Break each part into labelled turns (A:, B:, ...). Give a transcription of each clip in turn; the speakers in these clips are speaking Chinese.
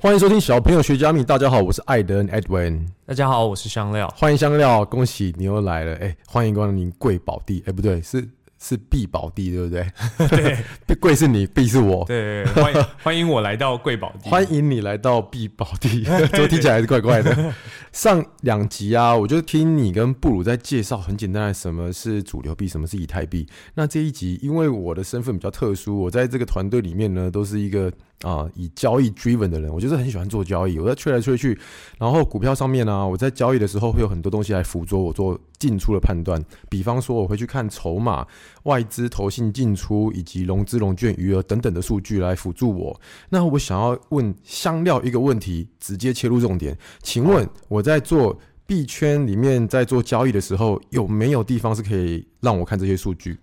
A: 欢迎收听小朋友学加密，大家好，我是艾德恩 Edwin，
B: 大家好，我是香料。
A: 欢迎香料，恭喜你又来了，哎，欢迎光临贵宝地，哎，不对，是是必宝地，对不对？对， 贵是你，必是我，
B: 对，欢迎欢迎我来到 贵宝地。
A: 欢迎你来到必宝地， 怎么听起来还是怪怪的？上两集啊，我就听你跟布鲁在介绍很简单的什么是主流币，什么是以太币。那这一集，因为我的身份比较特殊，我在这个团队里面呢，都是一个啊、以交易 driven 的人，我就是很喜欢做交易，我在吹来吹去，然后股票上面呢、啊我在交易的时候会有很多东西来辅佐我做进出的判断，比方说我会去看筹码、外资、投信进出以及融资融券余额等等的数据来辅助我。那我想要问香料一个问题，直接切入重点，请问我在做币圈里面在做交易的时候，有没有地方是可以让我看这些数据？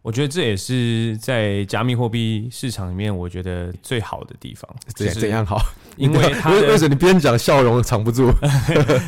B: 我觉得这也是在加密货币市场里面，我觉得最好的地方，
A: 怎
B: 就
A: 样怎
B: 是
A: 样好？
B: 因为它
A: 为为什
B: 的
A: 么你边讲笑容藏不住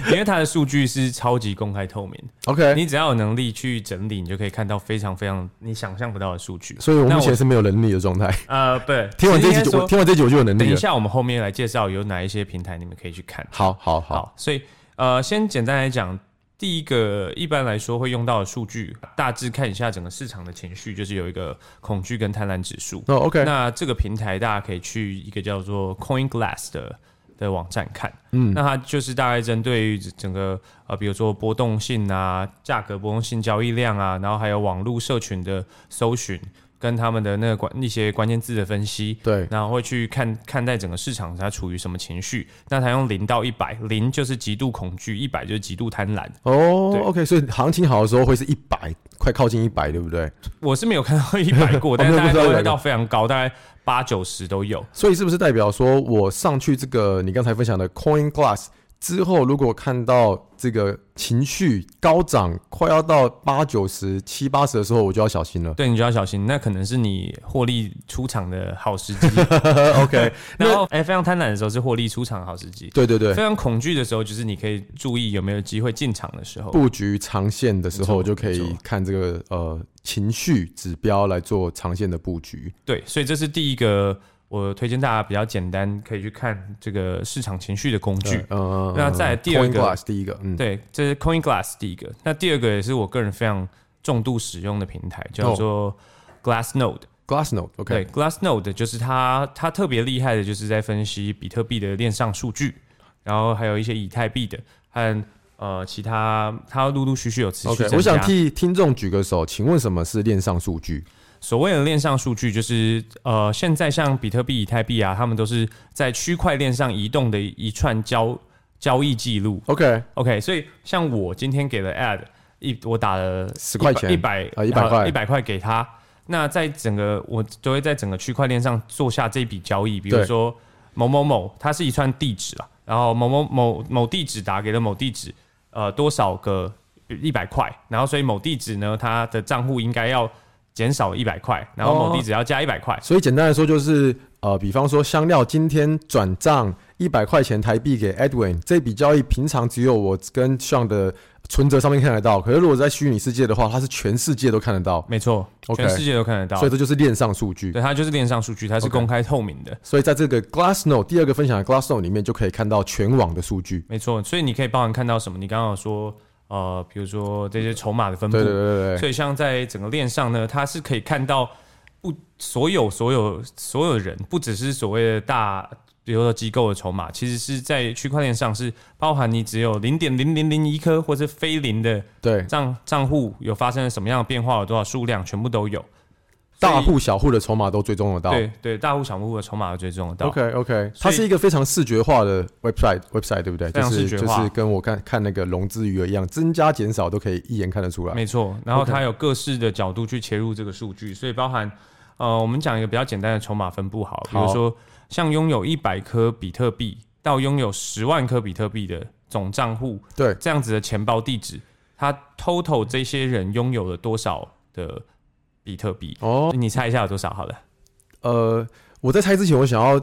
B: 因为它的数据是超级公开透明的，
A: ？OK，
B: 你只要有能力去整理，你就可以看到非常非常你想象不到的数据。
A: 所以我
B: 那
A: 目
B: 我
A: 前是没有能力的状态。
B: 呃，不是，
A: 听完这
B: 其
A: 一
B: 实应
A: 集
B: 该
A: 就我
B: 说
A: 听完这一集我就有能
B: 等
A: 力
B: 一
A: 了。
B: 下，我们后面来介绍有哪一些平台你们可以去看。
A: 好好好，
B: 好，所以呃，先简单来讲，第一个一般来说会用到的数据，大致看一下整个市场的情绪，就是有一个恐惧跟贪婪指数。
A: 那 OK，
B: 那这个平台大家可以去一个叫做 Coin Glass 的的网站看，嗯，那它就是大概针对于整个呃，比如说波动性啊、价格波动性、交易量啊，然后还有网络社群的搜寻跟他们的那个关一些关键字的分析，
A: 对
B: 然后会去看看待整个市场它处于什么情绪。那它用零到一百，零就是极度恐惧，一百就是极度贪婪。
A: 哦
B: 对
A: ，OK，所以行情好的时候会是一百，快靠近一百，对不对？
B: 我是没有看到一百 过，
A: 我
B: 但
A: 没有
B: 是大
A: 不知
B: 家
A: 道
B: 都
A: 100
B: 会
A: 个
B: 到非常高，大概八九十都有。
A: 所以是不是代表说我上去这个你刚才分享的 Coin Glass 之后，如果看到这个情绪高涨，快要到八九十、七八十的时候，我就要小心了。
B: 对你就要小心，那可能是你获利出场的好时机。
A: OK，
B: 然后，哎、非常贪婪的时候是获利出场的好时机，
A: 对对对
B: 非，常恐惧的时候就是你可以注意有没有机会进场的时候。
A: 布局长线的时候
B: 没错
A: 就可
B: 没
A: 以
B: 错
A: 看这个呃情绪指标来做长线的布局。
B: 对，所以这是第一个我推荐大家比较简单可以去看这个市场情绪的工具。
A: 呃，
B: 那再来第二
A: Coin
B: 个
A: Glass 第一个，嗯，
B: 对，这是 Coin Glass 第一个。那第二个也是我个人非常重度使用的平台，叫做 Glassnode。
A: ，Glassnode 哦 OK，
B: 对，Glassnode 就是它，它特别厉害的就是在分析比特币的链上数据，然后还有一些以太币的和呃其他，它陆陆续续有持续
A: OK，
B: 增加。
A: 我想替听众举个手，请问什么是链上数据？
B: 所谓的链上数据，就是呃现在像比特币、以太币啊，他们都是在区块链上移动的一串交交易记录。
A: OK，
B: OK，所以像我今天给了 ad 一，我打了
A: 10块钱
B: 一百
A: 啊100块
B: 一百块给他。那在整个我都会在整个区块链上做下这笔交易，比如
A: 对
B: 说某某某，它是一串地址啊，然后某某某某地址打给了某地址，呃，多少个一百块，然后所以某地址呢，它的账户应该要减少一百块，然后某地址要加一百块，
A: 所以简单来说就是，呃，比方说香料今天转账一百块钱台币给 Edwin，这笔交易平常只有我跟 Sean 的存折上面看得到，可是如果在虚拟世界的话，它是全世界都看得到，
B: 没错
A: 哦 OK
B: 全世界都看得到
A: 所以，这就是链上数据。
B: 对，它就是链上数据，它是
A: OK
B: 公开透明的。
A: 所以在这个 Glassnode 第二个分享的 Glassnode 里面，就可以看到全网的数据。
B: 没错，所以你可以包含看到什么？你刚刚有说，呃，比如说这些筹码的分布，
A: 对对对对
B: 嗯所以像在整个链上呢，它是可以看到不所有所有所有人，不只是所谓的大，比如说机构的筹码，其实是在区块链上是包含你只有零点零零零一颗或是非零的
A: 对对，
B: 账账户有发生了什么样的变化，有多少数量，全部都有。
A: 大户小户的筹码都追踪得到。
B: 对对，大户小户的筹码都追踪得到。
A: OK OK，它是一个非常视觉化的 website website 对不对？就
B: 非常
A: 是
B: 视觉化
A: 就是跟我看看那个融资余额一样，增加减少都可以一眼看得出来。
B: 没错，然后
A: OK
B: 它有各式的角度去切入这个数据，所以包含呃，我们讲一个比较简单的筹码分布好了，比如
A: 好
B: 说像拥有一百颗比特币到拥有十万颗比特币的总账户
A: 对，
B: 这样子的钱包地址，它 total 这些人拥有了多少的比特币？
A: 哦，
B: 你猜一下有多少？好了，
A: 呃，我在猜之前，我想要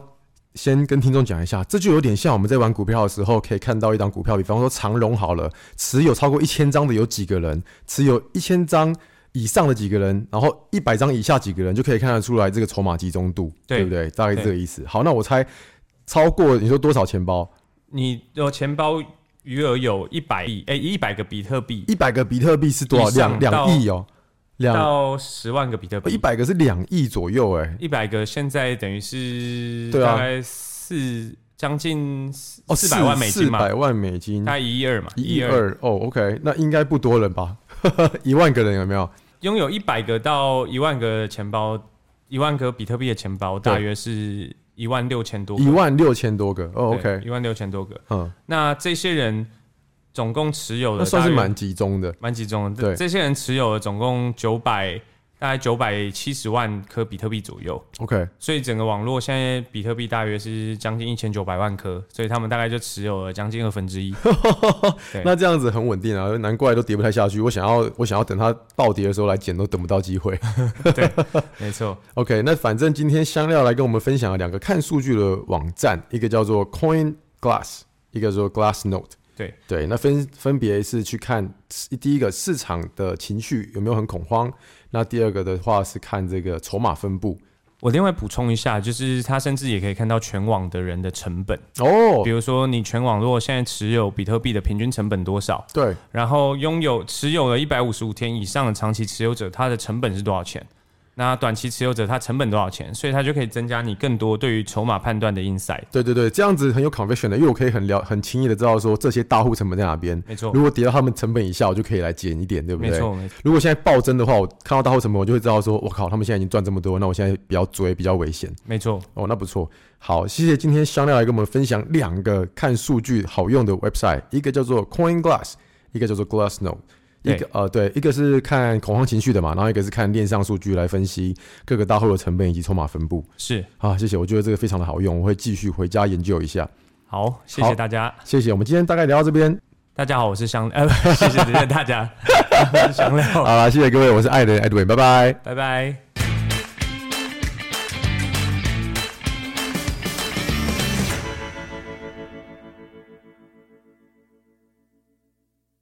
A: 先跟听众讲一下，这就有点像我们在玩股票的时候，可以看到一档股票，比方说长荣好了，持有超过一千张的有几个人，持有一千张以上的几个人，然后一百张以下几个人，就可以看得出来这个筹码集中度，
B: 对
A: 不对？大概是这个意思。好，那我猜超过你说多少钱包？
B: 你的钱包余额有一百亿，哎，一百个比特币
A: 一百个比特币是多少？
B: 以
A: 两
B: 上
A: 两亿哦，两
B: 到十万个比特币，
A: 一百个是两亿左右、哎。
B: 一百个现在等于是
A: 对啊
B: 大概四将近四
A: 哦，
B: 四百万美金
A: 四
B: 嘛，
A: 百万美金
B: 大，概一亿二嘛，
A: 一亿。二哦，OK，那应该不多人吧？ 一万个人有没有？
B: 拥有一百个到一万个钱包，一万个比特币的钱包
A: 对
B: 大约是一万六千多个
A: 一万六千多个哦
B: 对
A: ，OK，
B: 一万六千多个。
A: 嗯，
B: 那这些人总共持有的
A: 那算是
B: 大约
A: 蛮集中的，
B: 蛮集中的，
A: 对
B: 这些人持有了总共九百大概九百七十万颗比特币左右。
A: OK，
B: 所以整个网络现在比特币大约是将近一千九百万颗，所以他们大概就持有了将近二分之 一。对
A: 那这样子很稳定啊，难怪都跌不太下去。我想要，我想要等它暴跌的时候来捡，都等不到机会。
B: 没错，
A: OK，那反正今天香料来跟我们分享了两个看数据的网站，一个叫做 Coin Glass，一个叫做 Glass Note。
B: 对
A: 对，那分分别是去看第一个市场的情绪有没有很恐慌，那第二个的话是看这个筹码分布
B: 我另外补充一下，就是它甚至也可以看到全网的人的成本，
A: 哦
B: 比，如说你全网如果现在持有比特币的平均成本多少，
A: 对，
B: 然后拥有持有了一百五十五天以上的长期持有者，它的成本是多少钱？那短期持有者它成本多少钱？所以它就可以增加你更多对于筹码判断的 insight。
A: 对对对，这样子很有 conviction 的，因为我可以很了很轻易的知道说这些大户成本在哪边。
B: 没错
A: 如，果跌到他们成本以下，我就可以来减一点，对不
B: 没
A: 对？
B: 错，没错，
A: 如果现在暴增的话，我看到大户成本，我就会知道说，我靠，他们现在已经赚这么多，那我现在比较追，比较危险。
B: 没错。
A: 哦，那不错。好，谢谢今天香料来跟我们分享两个看数据好用的 website，一个叫做 Coin Glass，一个叫做 Glassnode。一个呃，对，一个是看恐慌情绪的嘛，然后一个是看链上数据来分析各个大户的成本以及筹码分布。
B: 是
A: 好，谢谢，我觉得这个非常的好用，我会继续回家研究一下。
B: 好，谢
A: 好
B: 谢大家。
A: 谢谢，我们今天大概聊到这边，
B: 大家好，我是香， 呃，不谢谢谢谢大家，我是香料，
A: 好了，谢谢各位，我是艾伦 Edwin，拜拜。
B: 拜拜。